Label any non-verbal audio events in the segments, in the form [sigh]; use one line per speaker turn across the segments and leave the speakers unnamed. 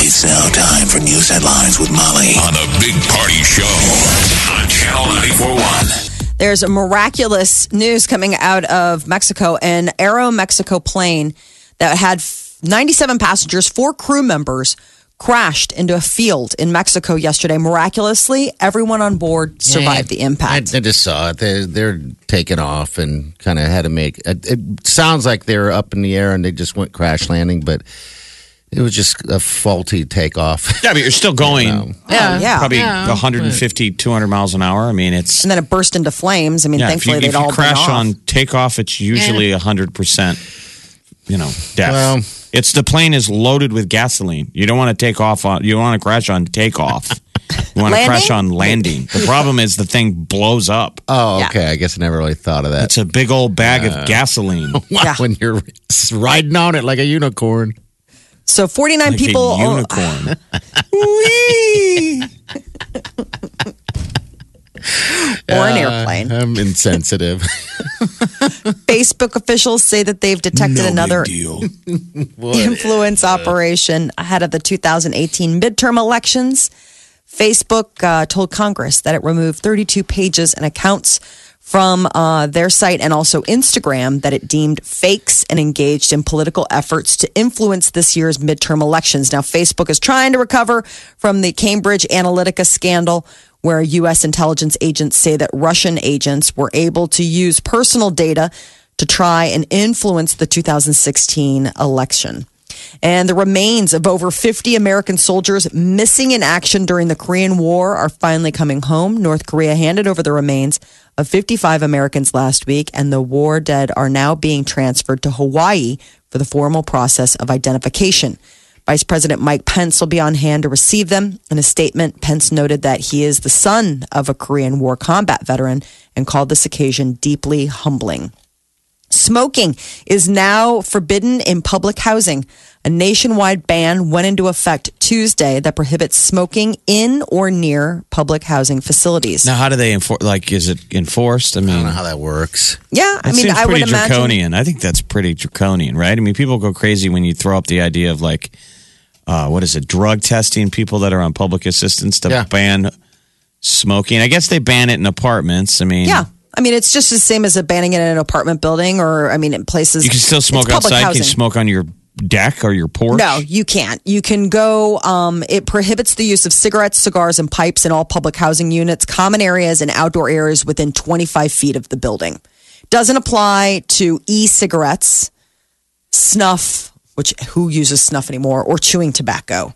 It's now time for news headlines with Molly on the Big Party Show on Channel 941.
There's a miraculous news coming out of Mexico an Aero Mexico plane that had f- 97 passengers, four crew members crashed into a field in Mexico yesterday. Miraculously, everyone on board survived the impact.
I,
uh,
I just saw it. They, they're taking off and kind of had to make. It, it sounds like they were up in the air and they just went crash landing, but it was just a faulty takeoff. [laughs]
Yeah, but you're still going
yeah. Oh, yeah.
probably 150, 200 miles an hour. I mean, it's.
and then it burst into flames. I mean,
Yeah, if you,
thankfully
if
they'd
you
all been
crash
off.
on takeoff, it's usually a 100%, you know, death.
Well-
it's the plane is loaded with gasoline. You don't want to take off on, you don't want to crash on takeoff. You want to crash on landing. The problem is the thing blows up.
Oh, okay. I guess I never really thought of that.
It's a big old bag of gasoline.
[laughs] Yeah.
[laughs] When you're riding on it like a unicorn.
So 49
Like
people.
a unicorn. [laughs]
or
Uh,
an airplane.
Uh, I'm insensitive. [laughs]
Facebook officials say that they've detected another influence
Uh,
operation ahead of the 2018 midterm elections. Facebook uh, told Congress that it removed 32 pages and accounts from uh, their site and also Instagram that it deemed fakes and engaged in political efforts to influence this year's midterm elections. Now, Facebook is trying to recover from the Cambridge Analytica scandal. Where U.S. intelligence agents say that Russian agents were able to use personal data to try and influence the 2016 election. And the remains of over 50 American soldiers missing in action during the Korean War are finally coming home. North Korea handed over the remains of 55 Americans last week, and the war dead are now being transferred to Hawaii for the formal process of identification. Vice President Mike Pence will be on hand to receive them. In a statement, Pence noted that he is the son of a Korean War combat veteran and called this occasion deeply humbling. Smoking is now forbidden in public housing. A nationwide ban went into effect Tuesday that prohibits smoking in or near public housing facilities.
now, how do they enforce? Like, is it enforced? I mean,
I don't know how that works.
Yeah, I
That
mean,
seems
I
pretty
would imagine.
draconian. I think that's pretty draconian, right? I mean, people go crazy when you throw up the idea of like, uh, what is it, drug testing people that are on public assistance to
Yeah.
ban smoking. I guess they ban it in apartments. I mean,
Yeah, I mean, it's just the same as banning it in an apartment building, or I mean, in places
you can still
it's
smoke
public
outside. You
Housing.
can smoke on your deck or your porch.
No, you can't. You can go. Um, it prohibits the use of cigarettes, cigars, and pipes in all public housing units, common areas, and outdoor areas within 25 feet of the building. Doesn't apply to e-cigarettes, snuff, which who uses snuff anymore, or chewing tobacco.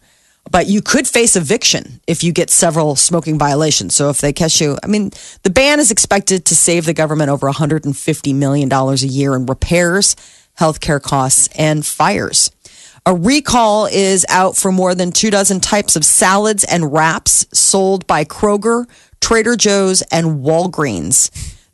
But you could face eviction if you get several smoking violations. So if they catch you, I mean, the ban is expected to save the government over 150 million dollars a year in repairs, healthcare costs, and fires. A recall is out for more than two dozen types of salads and wraps sold by Kroger, Trader Joe's, and Walgreens.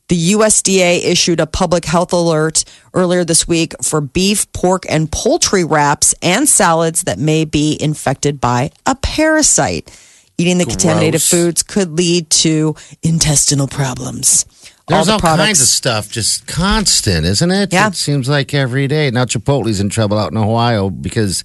The USDA issued a public health alert earlier this week for beef, pork, and poultry wraps and salads that may be infected by a parasite. Eating the contaminated
Gross.
foods could lead to intestinal problems.
There's
the
all, kinds of stuff just constant, isn't it?
Yeah.
It seems like every day. Now Chipotle's in trouble out in Ohio because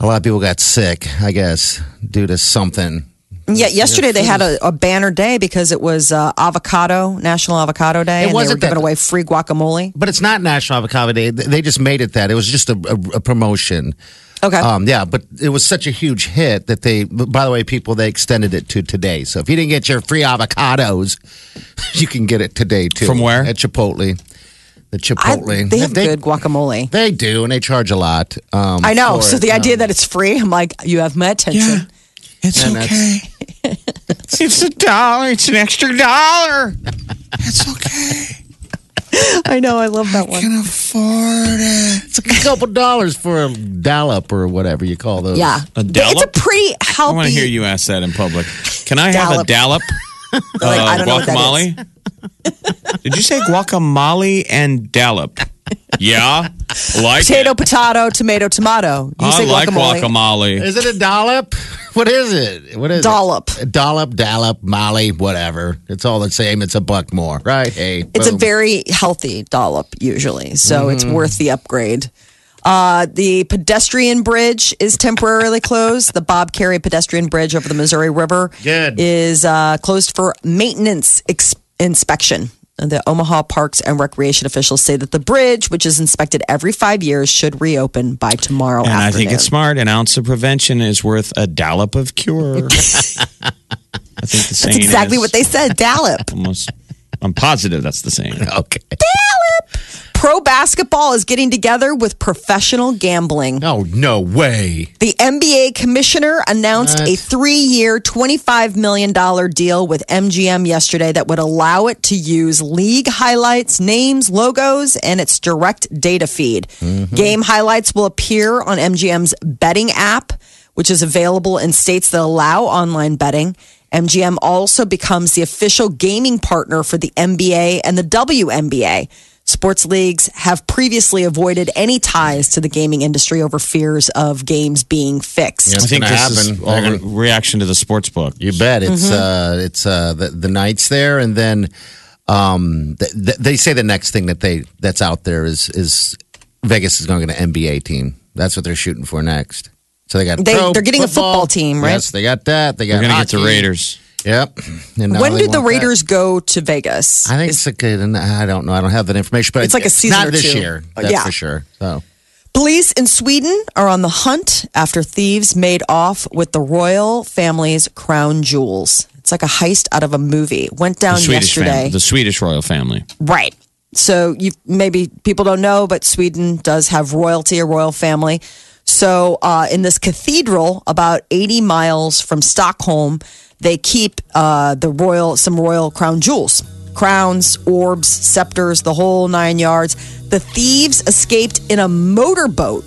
a lot of people got sick, I guess, due to something.
Yeah, yesterday they had a, a banner day because it was uh, avocado, National Avocado Day,
It
and they were
wasn't
giving
that-
away free guacamole.
But it's not National Avocado Day. Th- They just made it that. It was just a, a, a promotion.
Okay.
Um, yeah, but it was such a huge hit that they, by the way, people, they extended it to today. So if you didn't get your free avocados, [laughs] you can get it today too.
From where?
At Chipotle.
I-
The Chipotle.
they have good guacamole.
They do, and they charge a lot. Um,
I know.
for
So
it.
the idea that it's free, I'm like, you have my attention.
It's
And
okay.
that's-
[laughs]
[laughs]
It's a dollar. It's an extra dollar. It's okay.
[laughs] I know. I love that one.
can afford it.
It's like a couple dollars for a dollop or whatever you call those.
Yeah. It's
A
a
dollop?
pretty
I
healthy.
want to hear you ask that in public. Can I have a dollop of
Like, I don't know what that
Uh, guacamole? [laughs] Did you say guacamole and dollop? Yeah, like
Potato,
it.
potato, tomato, tomato. You
I
say
like
guacamole.
guacamole.
Is it a dollop? [laughs] What is it? What is
Dollop.
it? A dollop, dollop, molly, whatever. It's all the same. It's a buck more, right? Hey,
It's a
boom.
very healthy dollop usually, so it's
Mm-hmm.
worth the upgrade. Uh, the pedestrian bridge is temporarily closed. The Bob Carey pedestrian bridge over the Missouri River
Good.
is uh, closed for maintenance ex- inspection. The Omaha Parks and Recreation officials say that the bridge, which is inspected every five years, should reopen by tomorrow
And I
afternoon.
think it's smart. An ounce of prevention is worth a dollop of
[laughs]
cure. I think the saying
That's exactly
is
what they said. Dollop.
Almost, I'm positive that's the saying.
okay.
Pro basketball is getting together with professional gambling.
Oh no way!
The NBA commissioner announced a three year, $25 million deal with MGM yesterday that would allow it to use league highlights, names, logos, and its direct data feed. Game highlights will appear on MGM's betting app, which is available in states that allow online betting. MGM also becomes the official gaming partner for the NBA and the WNBA. Sports leagues have previously avoided any ties to the gaming industry over fears of games being fixed.
Yes.
I think
gonna
this is
happen.
all
They're
the reaction to the sports book.
You bet. It's
Mm-hmm.
uh, it's uh, the the nights there, and then um, th- th- they say the next thing that they that's out there is is Vegas is going to get an NBA team. That's what they're shooting for next. So they got
They-
pro
they're getting a football team, right?
Yes, they got that. They got.
We're gonna get the
hockey.
Raiders.
Yep. And now
When
they
do the
want that.
Raiders go to Vegas?
I think it's a good. I don't know. I don't have that information, but
It's like a season
Not
or
this
two.
year.
Uh,
That's
yeah.
for sure. So
Police in Sweden are on the hunt after thieves made off with the royal family's crown jewels. It's like a heist out of a movie. Went down
The Swedish
yesterday.
family, the Swedish royal family.
Right. So you maybe people don't know, but Sweden does have royalty, a royal family. So uh, in this cathedral, about 80 miles from Stockholm, they keep uh, the royal some royal crown jewels, crowns, orbs, scepters, the whole nine yards. The thieves escaped in a motorboat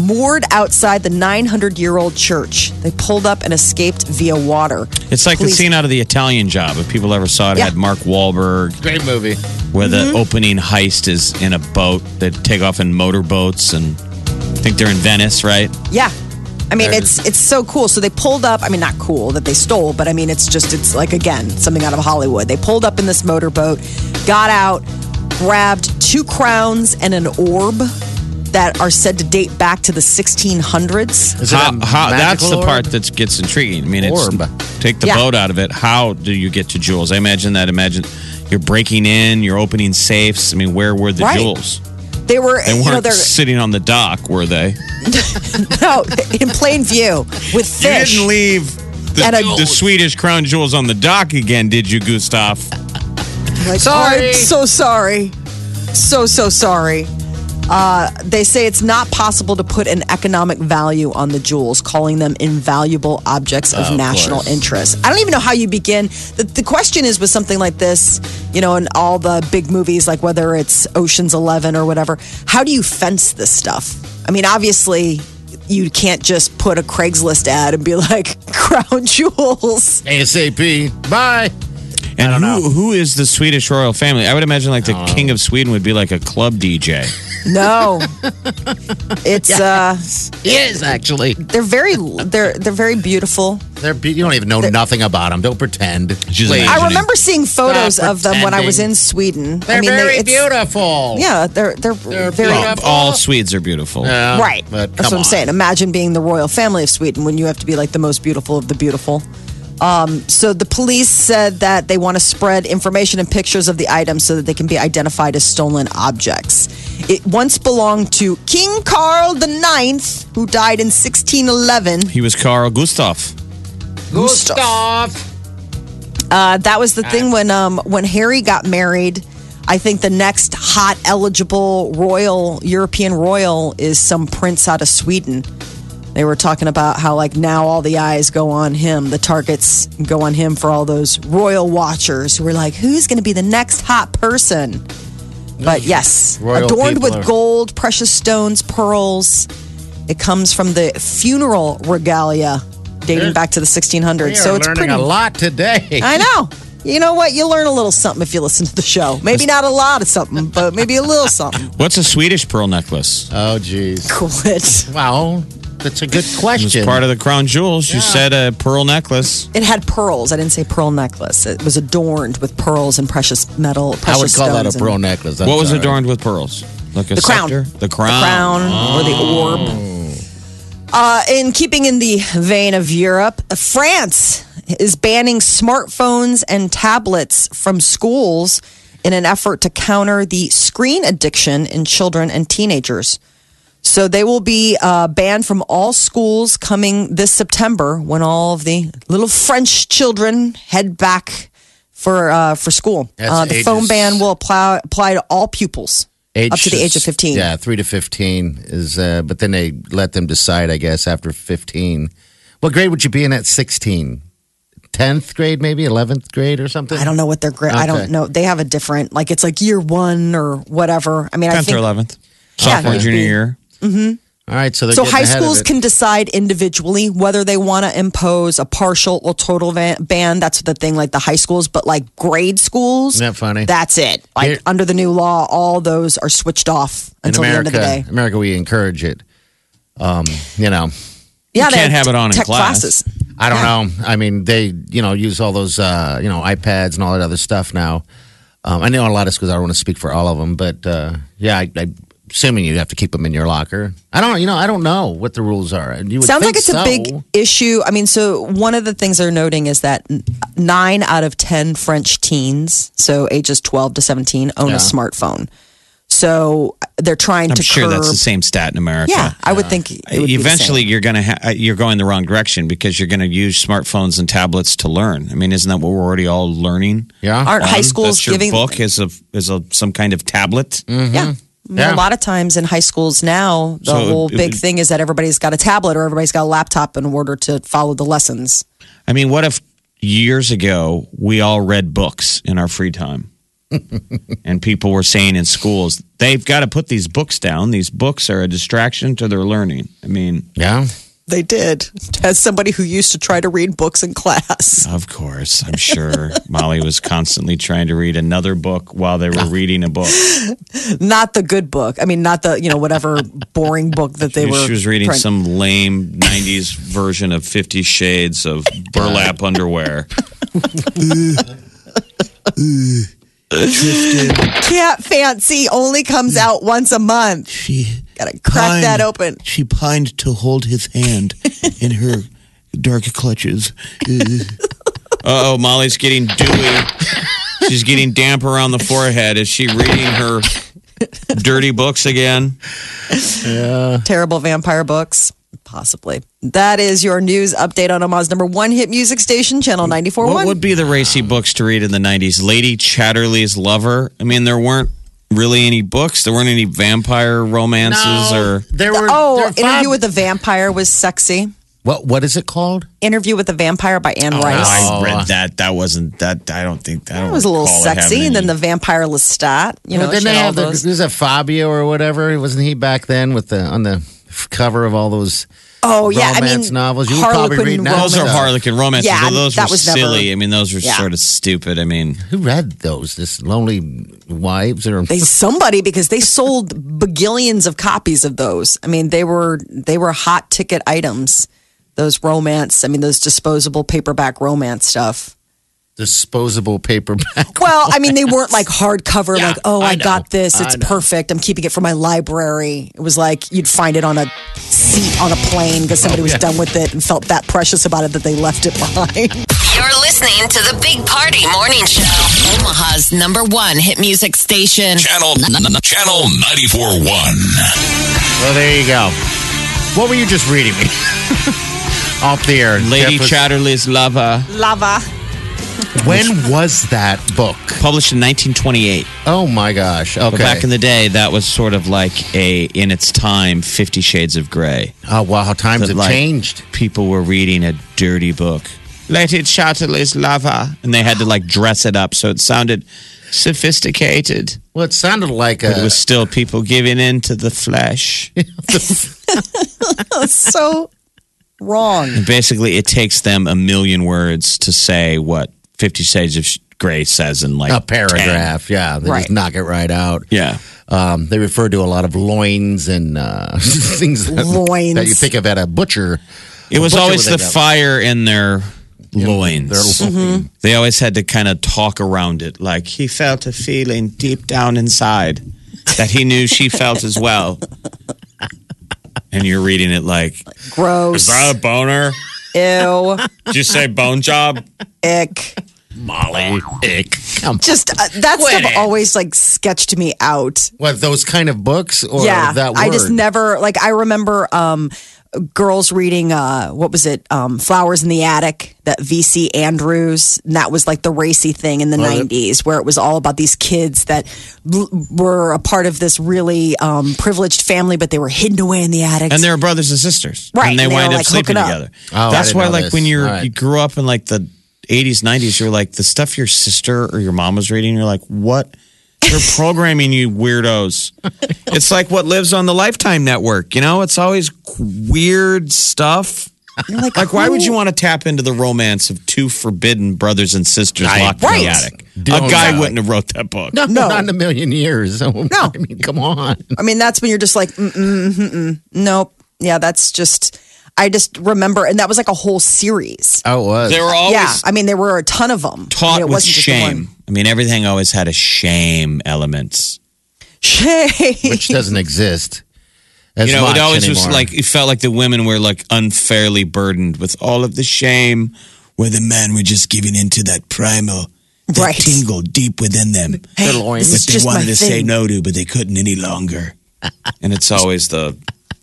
moored outside the 900 year old church. They pulled up and escaped via water.
It's like
Police-
the scene out of the Italian Job. If people ever saw it, it
Yeah.
had Mark Wahlberg,
great movie.
where
Mm-hmm.
the opening heist is in a boat. They take off in motorboats, and I think they're in Venice, right?
Yeah. I mean,
There it
it's it's so cool. So they pulled up. I mean, not cool that they stole, but I mean, it's just it's like again something out of Hollywood. They pulled up in this motorboat, got out, grabbed two crowns and an orb that are said to date back to the 1600s.
Is it
How,
a
how, that's
magical
the
orb?
part that gets intriguing. I mean, it's,
Orb.
take the
Yeah.
boat out of it. How do you get to jewels? I imagine that. Imagine you're breaking in, you're opening safes. I mean, where were the
Right.
jewels?
They were,
They
you
weren't
know, they're [laughs]
sitting on the dock, were they?
no in plain view with fish.
You didn't leave the,
And a-
the Swedish crown jewels on the dock again, did you, Gustav?
Like,
Sorry.
I'm so sorry. So, so sorry. Uh, they say it's not possible to put an economic value on the jewels, calling them invaluable objects of, national interest. I don't even know how you begin. The, the question is with something like this, you know, in all the big movies, like whether it's Ocean's Eleven or whatever, how do you fence this stuff? I mean, obviously, you can't just put a Craigslist ad and be like, [laughs] crown jewels.
ASAP. Bye.
And who, who is the Swedish royal family? I would imagine like the
Uh,
king of Sweden would be like a club DJ.
No. it's, uh,
Yes, actually,
They're very they're they're very beautiful.
they're be- you don't even know nothing about them. Don't pretend.
She's
Please.
amazing.
I remember seeing photos
Stop
of them when I was in
pretending.
Sweden.
They're
I mean,
very
it's-
beautiful.
Yeah, they're they're,
They're
very
Oh,
beautiful.
all Swedes are beautiful.
Yeah,
right.
But
That's what
come
I'm
on.
saying. Imagine being the royal family of Sweden when you have to be like the most beautiful of the beautiful. Um, so the police said that they want to spread information and pictures of the items so that they can be identified as stolen objects. It once belonged to King Carl IX, who died in 1611.
He was Carl Gustav.
Gustav.
Uh, that was the thing when um, when Harry got married. I think the next hot eligible royal European royal is some prince out of Sweden. They were talking about how like now all the eyes go on him, the targets go on him for all those royal watchers who were like, who's going to be the next hot person? But yes,
Royal
adorned
people
with
are-
gold, precious stones, pearls. It comes from the funeral regalia dating back to the 1600s.
We
so
are
it's
learning
pretty.
a lot today.
[laughs] I know. You know what? You learn a little something if you listen to the show. Maybe not a lot of something, but maybe a little
[laughs]
something.
What's a Swedish pearl necklace?
Oh, jeez.
Cool it.
Wow, that's a good
It's
question.
part of the crown jewels. You said a pearl necklace.
It had pearls. I didn't say pearl necklace. It was adorned with pearls and precious metal. Precious
I would call that
stones
a
and-
pearl necklace. I'm
what was
sorry.
adorned with pearls? Like a
The crown.
scepter? The
The
crown.
crown or the orb. Uh, in keeping in the vein of Europe, France is banning smartphones and tablets from schools in an effort to counter the screen addiction in children and teenagers. So they will be uh, banned from all schools coming this September when all of the little French children head back for uh, for school.
That's
Uh, the phone
ages-
ban will apply, apply to all pupils up to the age of 15.
Yeah, three to fifteen is. Uh, but then they let them decide, I guess, after fifteen. What grade would you be in at sixteen? Tenth grade, maybe eleventh grade or something.
I don't know what their grade. I don't
Okay.
know. They have a different like it's like year one or whatever. I mean, I
10th or
think
11th. Sophomore,
it could
junior
be.
year.
All right, so they're
so.
getting
High
ahead of
schools
it.
can decide individually whether they want to impose a partial or total van- ban. That's the thing, like the high schools, but like grade schools.
Isn't that funny?
That's it. Like
Here-
under the new law, all those are switched off
in
until
America.
the end of the day.
America, we encourage it. Um, you know,
Yeah, they
can't have it on in
tech
class.
classes.
I don't know. I mean, they you know use all those uh, you know iPads and all that other stuff now. Um, I know a lot of schools. I don't want to speak for all of them, but uh, yeah, I, I assuming you have to keep them in your locker. I don't. You know, I don't know what the rules are. You would
Sounds
think
like it's
so.
a big issue. I mean, so one of the things they're noting is that n- nine out of 10 French teens, so ages 12 to 17, own a
Yeah.
smartphone. So uh, they're trying
I'm
to
sure
curb.
that's the same stat in America.
yeah, I would think it would be the
Uh, Eventually,
same.
you're gonna ha- uh, you're going the wrong direction because you're gonna use smartphones and tablets to learn. I mean, isn't that what we're already all learning?
Yeah.
Aren't high
on?
schools
uh, That's your
giving
book is a is a some kind of tablet.
Yeah. I mean, A
Yeah.
lot of times in high schools now, the
So it-
whole
it-
big thing is that everybody's got a tablet or everybody's got a laptop in order to follow the lessons.
I mean, what if years ago we all read books in our free [laughs] time? and people were saying in schools, they've got to put these books down. These books are a distraction to their learning. I mean,
Yeah.
They did. [laughs] As somebody who used to try to read books in class.
of course, I'm sure [laughs] Molly was constantly trying to read another book while they were reading a book.
not the good book. I mean, not the you know
[laughs]
whatever boring book that they
she,
were.
she was reading
print-
some lame 90s version of 50 shades [laughs] of burlap underwear
Cat fancy only comes
Mm.
out once a month.
She
Gotta crack that open.
She pined to hold his
[laughs]
hand in her dark clutches. Uh,
uh-oh molly's getting dewy she's getting damp around the forehead is she reading her dirty books again Uh.
Terrible vampire books, possibly. That is your news update on Omaha's number one hit music station, Channel ninety four
what
one.
would be the racy books to read in the 90s lady chatterley's lover i mean there weren't really any books there weren't any vampire romances or
there were there
Oh,
were five-
Interview with the Vampire was sexy.
what what is it called?
Interview with the Vampire by Anne
No,
Rice.
Oh, I read that. That wasn't that. I don't think that
That was a little sexy. And then the Vampire Lestat. You know,
Well, didn't
she
they
had all
have the,
those.
was a Fabio or whatever? Wasn't he back then with the on the f- cover of all those?
oh yeah, I mean
romance novels. You would probably read
Harlequin
now.
Those are
Yeah.
Harlequin romances.
Yeah,
though those
that
were
was never-
silly. I mean, those were
Yeah.
sort of stupid. I mean,
Who read those? This lonely wives or
They somebody because they sold bagillions of copies of those. I mean, they were they were hot ticket items. Those romance, I mean, those disposable paperback romance stuff.
disposable paperback.
Well, I mean, they weren't like hardcover,
Yeah,
like, oh, I,
I know.
got this. It's
I know.
perfect. I'm keeping it for my library. It was like you'd find it on a seat on a plane because somebody was done with it and felt that precious about it that they left it [laughs] behind.
You're listening to the Big Party Morning Show, Omaha's number one hit music station.
Channel Channel 941.
Well, there you go. What were you just reading me? [laughs] Off the air.
Lady
Jeff was-
Chatterley's Lover,
Lava.
When was that book?
published in 1928.
Oh my gosh. Okay.
But back in the day, that was sort of like a in its time Fifty Shades of Grey.
oh wow, how times
That,
have
like,
changed.
People were reading a dirty book. Lady Chatterley's Lover, and they had to like dress it up so it sounded sophisticated.
Well, it sounded like
But it
a.
was still people giving in to the flesh.
so wrong.
Basically, it takes them a million words to say what Fifty Shades of Grey says in [laughs]
[laughs]
like
a paragraph, yeah. They
Right.
just knock it right out.
10. Yeah.
Um, they refer to a lot of loins and uh, [laughs] things that,
Loins.
that you think of at a butcher.
It was
butcher
always
would
the
think of.
fire in their loins.
Their loin.
They always had to kind of talk around it. Like he felt a feeling deep down inside that he knew she felt as well. And you're reading it like,
Gross.
is that a boner?
Ew.
Did you say bone job?
Ick.
Molly, ick. Come
Just uh, that
Quit
stuff
it.
always like sketched me out.
What those kind of books or
yeah,
that word?
I just never like. I remember um, girls reading uh, what was it, um, "Flowers in the Attic," that VC Andrews, and that was like the racy thing in
Oh,
the '90s, where it was all about these kids that l- were a part of this really um, privileged family, but they were hidden away in the attic.
And they're brothers and sisters.
Right,
And they
and they
wind
were,
up
like,
sleeping
hooking up.
together.
Oh, I
That's
didn't
why,
know
like,
this.
when you're,
All right.
you grew up in like the 80s, 90s, you're like, the stuff your sister or your mom was reading, you're like, what? They're
[laughs]
programming you weirdos. It's like what lives on the Lifetime Network. You know, it's always weird stuff.
You're like,
Like, why would you
who-
want to tap into the romance of two forbidden brothers and sisters locked in
Right.
the attic?
Don't
a guy
know.
wouldn't have wrote that book.
No,
No.
not in a million years. [laughs] No, I mean, come on.
I mean, that's when you're just like, mm mm mm mm. Nope. Yeah, that's just. I just remember, and that was like a whole series.
Oh, it was.
They were always
yeah, I mean, there were a ton of them. I
taught
mean, it
with
wasn't just the one.
shame. I mean, everything always had a shame element.
[laughs] Shame.
which doesn't exist. As
you know,
much
it always
anymore.
was like it felt like the women were like unfairly burdened with all of the shame, where the men were just giving in to that primal, that
Right.
tingle deep within them
Their
this
loins.
is
that they
just my
wanted to say
thing.
no to, but they couldn't any longer. and it's always the,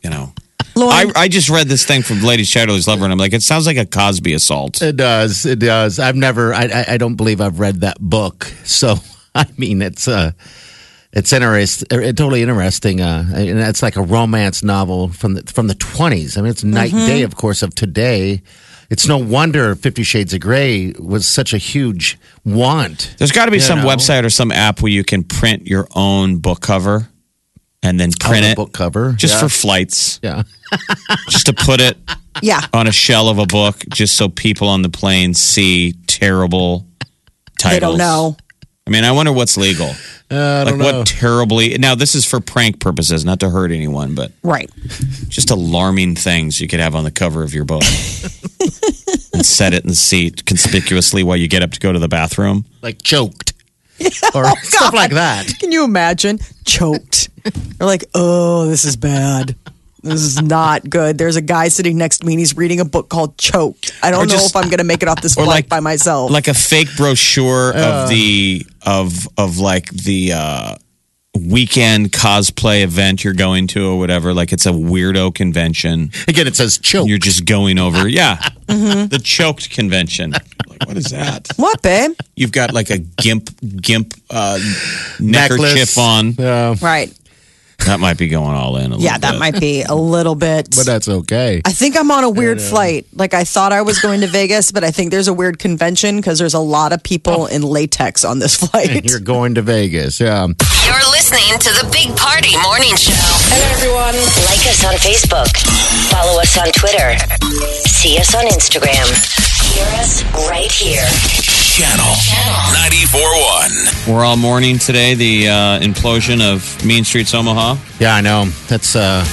you know. I,
Lauren,
I just read this thing from Lady Chatterley's Lover, and I'm like, it sounds like a Cosby assault.
It does. It does. I've never. I, I. I don't believe I've read that book. [laughs] So I mean, it's uh It's interest, uh, totally interesting, uh, and that's like a romance novel from the from the twenties. I mean, it's night and
Mm-hmm.
day, of course, of today. It's no wonder Fifty Shades of Grey was such a huge want.
There's got to be
You
some
know.
website or some app where you can print your own book cover and then
on
print
the
it
book cover,
just
yeah.
for flights,
yeah.
just to put
[laughs]
it
yeah,
on a shell of a book just so people on the plane see terrible titles.
they don't know.
I mean, I wonder what's legal. like what terribly now this is for prank purposes, not to hurt anyone, but
Right.
just alarming things you could have on the cover of your
[laughs]
book. and set it in the seat conspicuously while you get up to go to the bathroom.
like
[laughs]
choked
Oh,
or stuff like that.
Can you imagine? Choked. [laughs] They're like, oh, this is bad. This is not good. There's a guy sitting next to me and he's reading a book called Choked. I don't
Or
know
just-
if I'm going to make it off this flight by myself.
Like a fake brochure of the of of like the uh weekend cosplay event you're going to or whatever. Like it's a weirdo convention.
Again, it says choked.
You're just going
[laughs]
over, yeah,
Mm-hmm.
the choked convention. [laughs] Like, what is that?
what, babe?
You've got like a gimp gimp uh,
Necklace.
neckerchief on.
Yeah,
Right.
That might be going all in. A
Yeah,
little
that
bit.
might be a little bit.
but that's okay.
I think I'm on a weird flight. Like I thought I was going to Vegas, but I think there's a weird convention because there's a lot of people in latex on this [laughs] flight.
Oh. [laughs] You're going to Vegas. Yeah.
You're listening to the Big Party Morning Show.
Hello, everyone. Like us on Facebook. Follow us on Twitter. See us on Instagram. Hear us right here.
Channel 94.1.
We're all mourning today the uh, implosion of Mean Streets Omaha.
Yeah, I know. That's uh,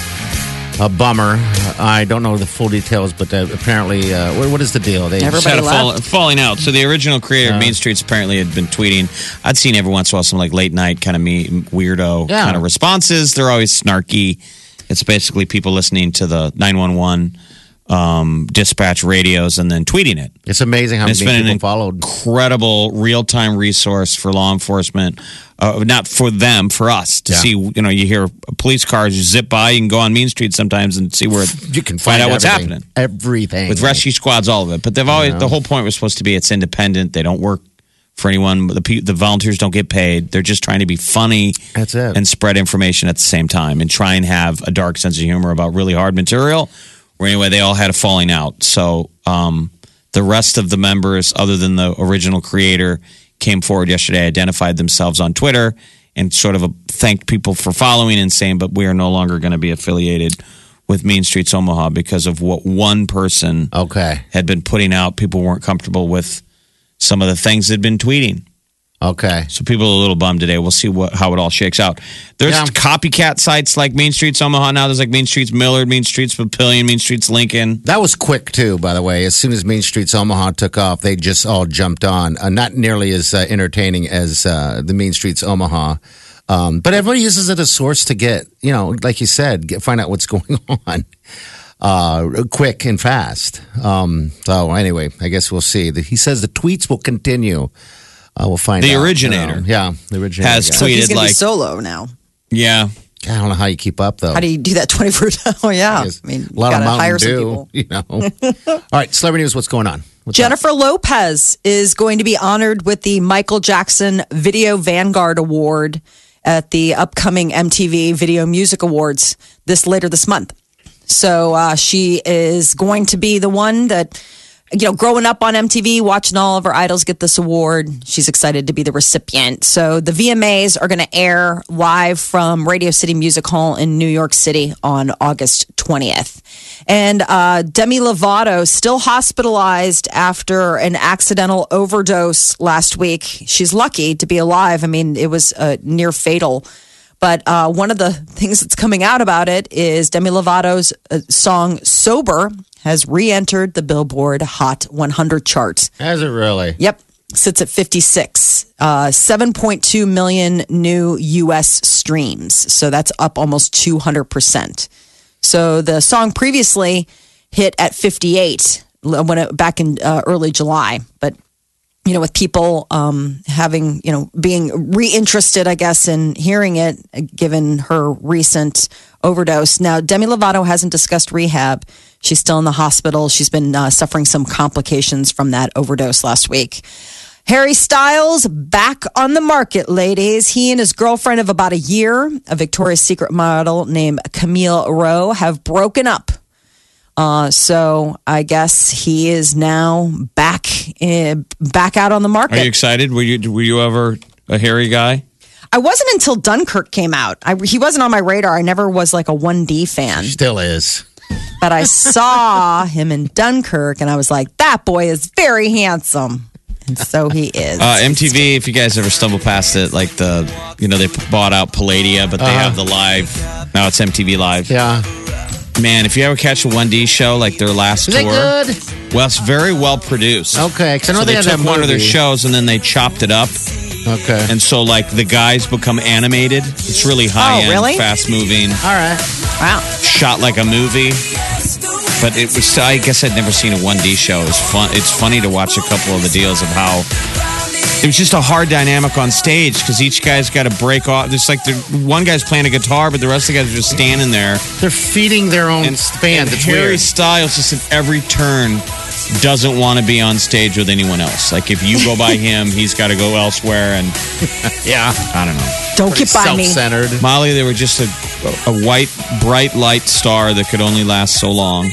a bummer. I don't know the full details, but uh, apparently, uh, what, what is the deal? They
Just had a
Everybody
fall,
left.
falling out. So the original creator of Mean Streets apparently had been tweeting. I'd seen every once in a while some like late night kind of me weirdo
Yeah.
kind of responses. They're always snarky. It's basically people listening to the nine one one um, dispatch radios and then tweeting it.
It's amazing how
It's
many people
been an
followed.
incredible real time resource for law enforcement. Uh, not for them, for us to
Yeah.
see. You know, you hear police cars zip by. You can go on Mean Streets sometimes and see where
You can
find
find,
out what's
everything.
happening
Everything
with rescue squads, all of it. But they've always the whole point was supposed to be it's independent. They don't work for anyone. The pe- the volunteers don't get paid. They're just trying to be funny.
That's it.
And spread information at the same time and try and have a dark sense of humor about really hard material. Where anyway, they all had a falling out. So um, the rest of the members, other than the original creator, came forward yesterday, identified themselves on Twitter, and sort of uh, thanked people for following and saying, but we are no longer going to be affiliated with Mean Streets Omaha because of what one person
Okay.
had been putting out. People weren't comfortable with some of the things they'd been tweeting.
Okay.
So people are a little bummed today. We'll see what how it all shakes out. There's
Yeah.
copycat sites like Mean Streets Omaha now. There's like Mean Streets Millard, Mean Streets Papillion, Mean Streets Lincoln.
That was quick too, by the way. As soon as Main Streets Omaha took off, they just all jumped on. Uh, not nearly as uh, entertaining as uh, the Main Streets Omaha, um, but everybody uses it as a source to get, you know, like you said, get, find out what's [laughs] going on, uh, quick and fast. Um, so anyway, I guess we'll see. The, he says the tweets will continue. Uh, we'll find
The
out, you
originator
know. yeah, the originator
has
guy.
So he's
tweeted
gonna be
like,
solo now.
yeah,
I don't know how you keep up though.
How do you do that [laughs] twenty four hours? Oh yeah, I mean,
a lot
you
of
gotta
Mountain
hire some
Dew,
people.
[laughs] you know.
[laughs]
all right, celebrity news. What's going on? What's up?
Jennifer Lopez is going to be honored with the Michael Jackson Video Vanguard Award at the upcoming MTV Video Music Awards this later this month. So uh, she is going to be the one that, you know, growing up on MTV, watching all of her idols get this award. She's excited to be the recipient. So the VMAs are going to air live from Radio City Music Hall in New York City on August 20th. And uh, Demi Lovato still hospitalized after an accidental overdose last week. She's lucky to be alive. I mean, it was uh, near fatal. But uh, one of the things that's coming out about it is Demi Lovato's uh, song Sober has re entered the Billboard Hot 100 chart.
Has it really?
Yep, sits at 56, uh, 7.2 million new US streams. So that's up almost 200%. So the song previously hit at 58 l- when it, back in uh, early July, but you know, with people um, having, you know, being reinterested, I guess, in hearing it, uh, given her recent overdose. Now, Demi Lovato hasn't discussed rehab. She's still in the hospital. She's been uh, suffering some complications from that overdose last week. Harry Styles back on the market, ladies. He and his girlfriend of about a year, a Victoria's Secret model named Camille Rowe, have broken up. Uh, so I guess he is now back eh, back out on the market.
are you excited? Were you were you ever a hairy guy?
I wasn't until Dunkirk came out. I, he wasn't on my radar. I never was like a 1D fan,
Still is.
but I saw him in Dunkirk and I was like, that boy is very handsome. And so he is.
Uh, MTV, if you guys ever stumble past it, like the you know they bought out Palladia, but they have the live now. It's MTV Live.
Uh-huh. Yeah.
Man, if you ever catch a 1D show like their last
Is
tour,
it good?
well, it's very well produced.
Okay, 'cause I know
So
they
they,
had
took
that
one of their
movie.
shows and then they chopped it up.
Okay.
And so, like, the guys become animated. It's really high end,
really?
fast moving,
Oh, All right.
wow.
shot like a movie. But it was, I guess I'd never seen a 1D show. It's fun. It's funny to watch a couple of the deals of how it was just a hard dynamic on stage because each guy's got to break off. It's like the one guy's playing a guitar, but the rest of the guys are just standing there.
They're feeding their own
And,
band.
and
It's
Harry
weird.
Styles just at every turn doesn't want to be on stage with anyone else. Like, if you go
[laughs]
by him, he's got to go elsewhere. And
Yeah.
I don't know.
Don't get by me.
Self-centered.
Molly, they were just a, a white, bright light star that could only last so long.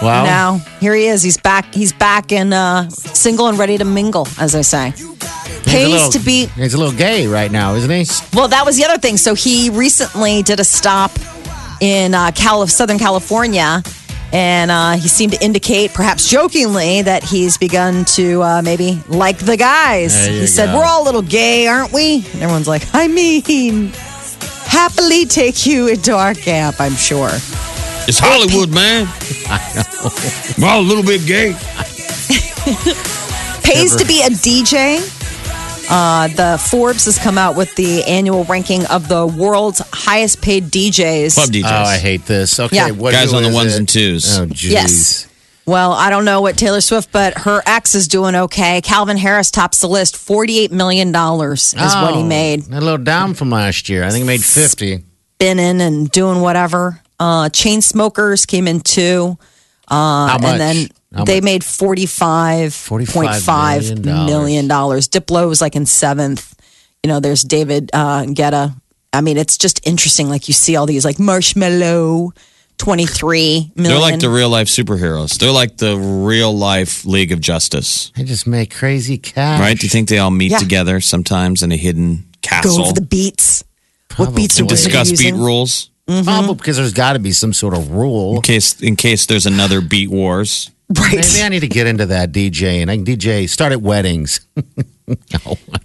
Wow.
Now, here he is. He's back. He's back and uh, single and ready to mingle, as I say.
He's a
Pays
little-
to be
He's a little gay right now, isn't he?
Well, that was the other thing. So he recently did a stop in uh, Cal- Southern California, and uh, he seemed to indicate, perhaps jokingly, that he's begun to uh, maybe like the guys.
There you
He said,
go.
"We're all a little gay, aren't we?" And everyone's like, "I mean." Happily take you into our camp, I'm sure.
It's Hollywood, [laughs] man. We're all a little bit gay.
Pays to be a DJ. Uh, the Forbes has come out with the annual ranking of the world's highest paid DJs.
Club DJs.
Oh, I hate this. Okay.
Yeah.
What
Guys
who
on the
is
ones
it?
and twos.
Oh, jeez.
Yes. Well, I don't know what Taylor Swift, but her ex is doing okay. Calvin Harris tops the list. $48 million is what he
Oh,
made,
A little down from last year. I think he made 50.
spinning and doing whatever. Uh, Chain Smokers came in two,
How much?
and then
How
they
much?
made $45.5
$45
million. Diplo was like in seventh. You know, there's David uh, Guetta. I mean, it's just interesting. Like, you see all these, like, Marshmallow 23 million.
They're like the real life superheroes. They're like the real life League of Justice,
I just make crazy cash.
right? Do you think they all meet
Uh, Yeah.
together sometimes in a hidden
Go
castle
over the beats. What beats are
and
we
discuss beat
using?
rules
Mm-hmm.
Probably Oh, because there's got to be some sort of rule.
in case in case there's another beat wars?
Maybe I need to get into that DJ and I can DJ start at weddings.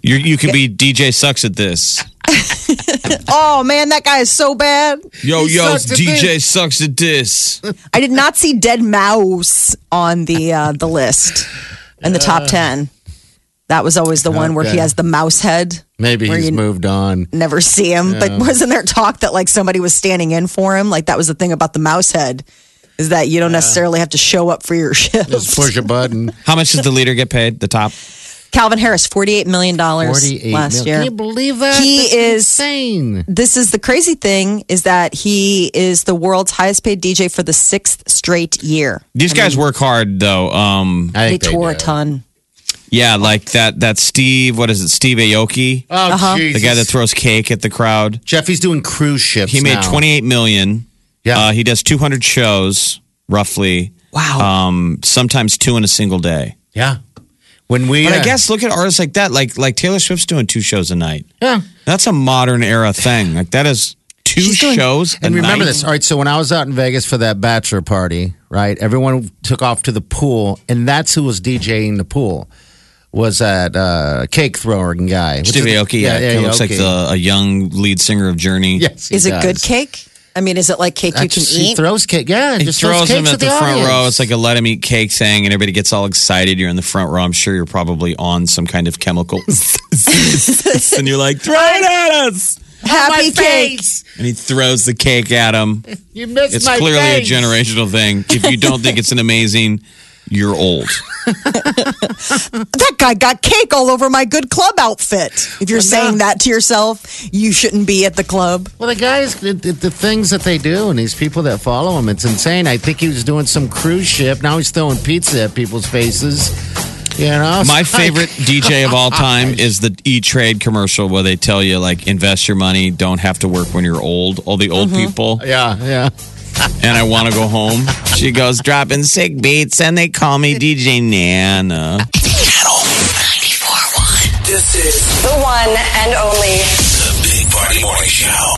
You you could be DJ sucks at this.
Oh man, that guy is so bad.
Yo
He
yo,
sucks at
DJ sucks at this.
I did not see Dead Mouse on the uh, the list in the top ten. That was always the one where he
Okay.
has the mouse head.
Maybe
Where
he's
you-
moved on.
Never see him. But wasn't there talk that like somebody was standing in for him? Like that was the thing about the mouse head is that you don't necessarily have to show up for your shift.
Just push
[laughs]
a button.
How much does the leader get paid? The top.
Calvin Harris, forty eight million dollars
Forty-eight
last
mil.
year.
Can you believe that?
He
That's
is-
insane.
this is the crazy thing is that he is the world's highest paid DJ for the sixth straight year.
These guys work hard though. Um,
I
They
think
tore a
do.
ton.
yeah, like that that Steve. What is it? Steve Aoki,
Oh,
the
Uh-huh.
Jesus.
guy that throws cake at the crowd.
Jeff, he's doing cruise ships.
He made
now.
twenty eight million.
Yeah.
Uh, he does two hundred shows roughly.
Wow.
Um, sometimes two in a single day.
yeah. When we,
But I
uh,
guess look at artists like that, like like Taylor Swift's doing two shows a night.
Yeah.
That's a modern era thing. Like that is two
She's doing-
shows a
And remember
night?
this. All right. So when I was out in Vegas for that bachelor party, right, everyone took off to the pool, and that's who was DJing the pool. Was that uh, cake throwing guy? Which
Steve
is-
Aoki, yeah, he looks like
Aoki.
the, a young lead singer of Journey.
Yes, he
Is it
does.
good cake? I mean, is it like cake
I
you can
just- He
eat?
throws cake. Yeah,
He
just
throws
cakes
him at
at
the, front
audience.
row. It's like a let him eat cake thing, and everybody gets all excited. You're in the front row. I'm sure you're probably on some kind of chemical. [laughs] and you're like, throw it at us.
Happy cake.
And he throws the cake at him.
You missed
It's
my
clearly
face.
a generational thing. If you don't think it's an amazing, you're old.
That guy got cake all over my good club outfit. If you're saying that to yourself, you shouldn't be at the club.
Well, the guys, the, the, the things that they do, and these people that follow him, it's insane. I think he was doing some cruise ship. Now he's throwing pizza at people's faces. You know,
My
It's like-
favorite DJ of all time is the E Trade commercial where they tell you like invest your money, don't have to work when you're old. All the old people
[laughs] Yeah, yeah.
and I want to go home. She goes dropping sick beats and they call me DJ Nana.
Channel 941.
The one and only
The Big Party Morning Show.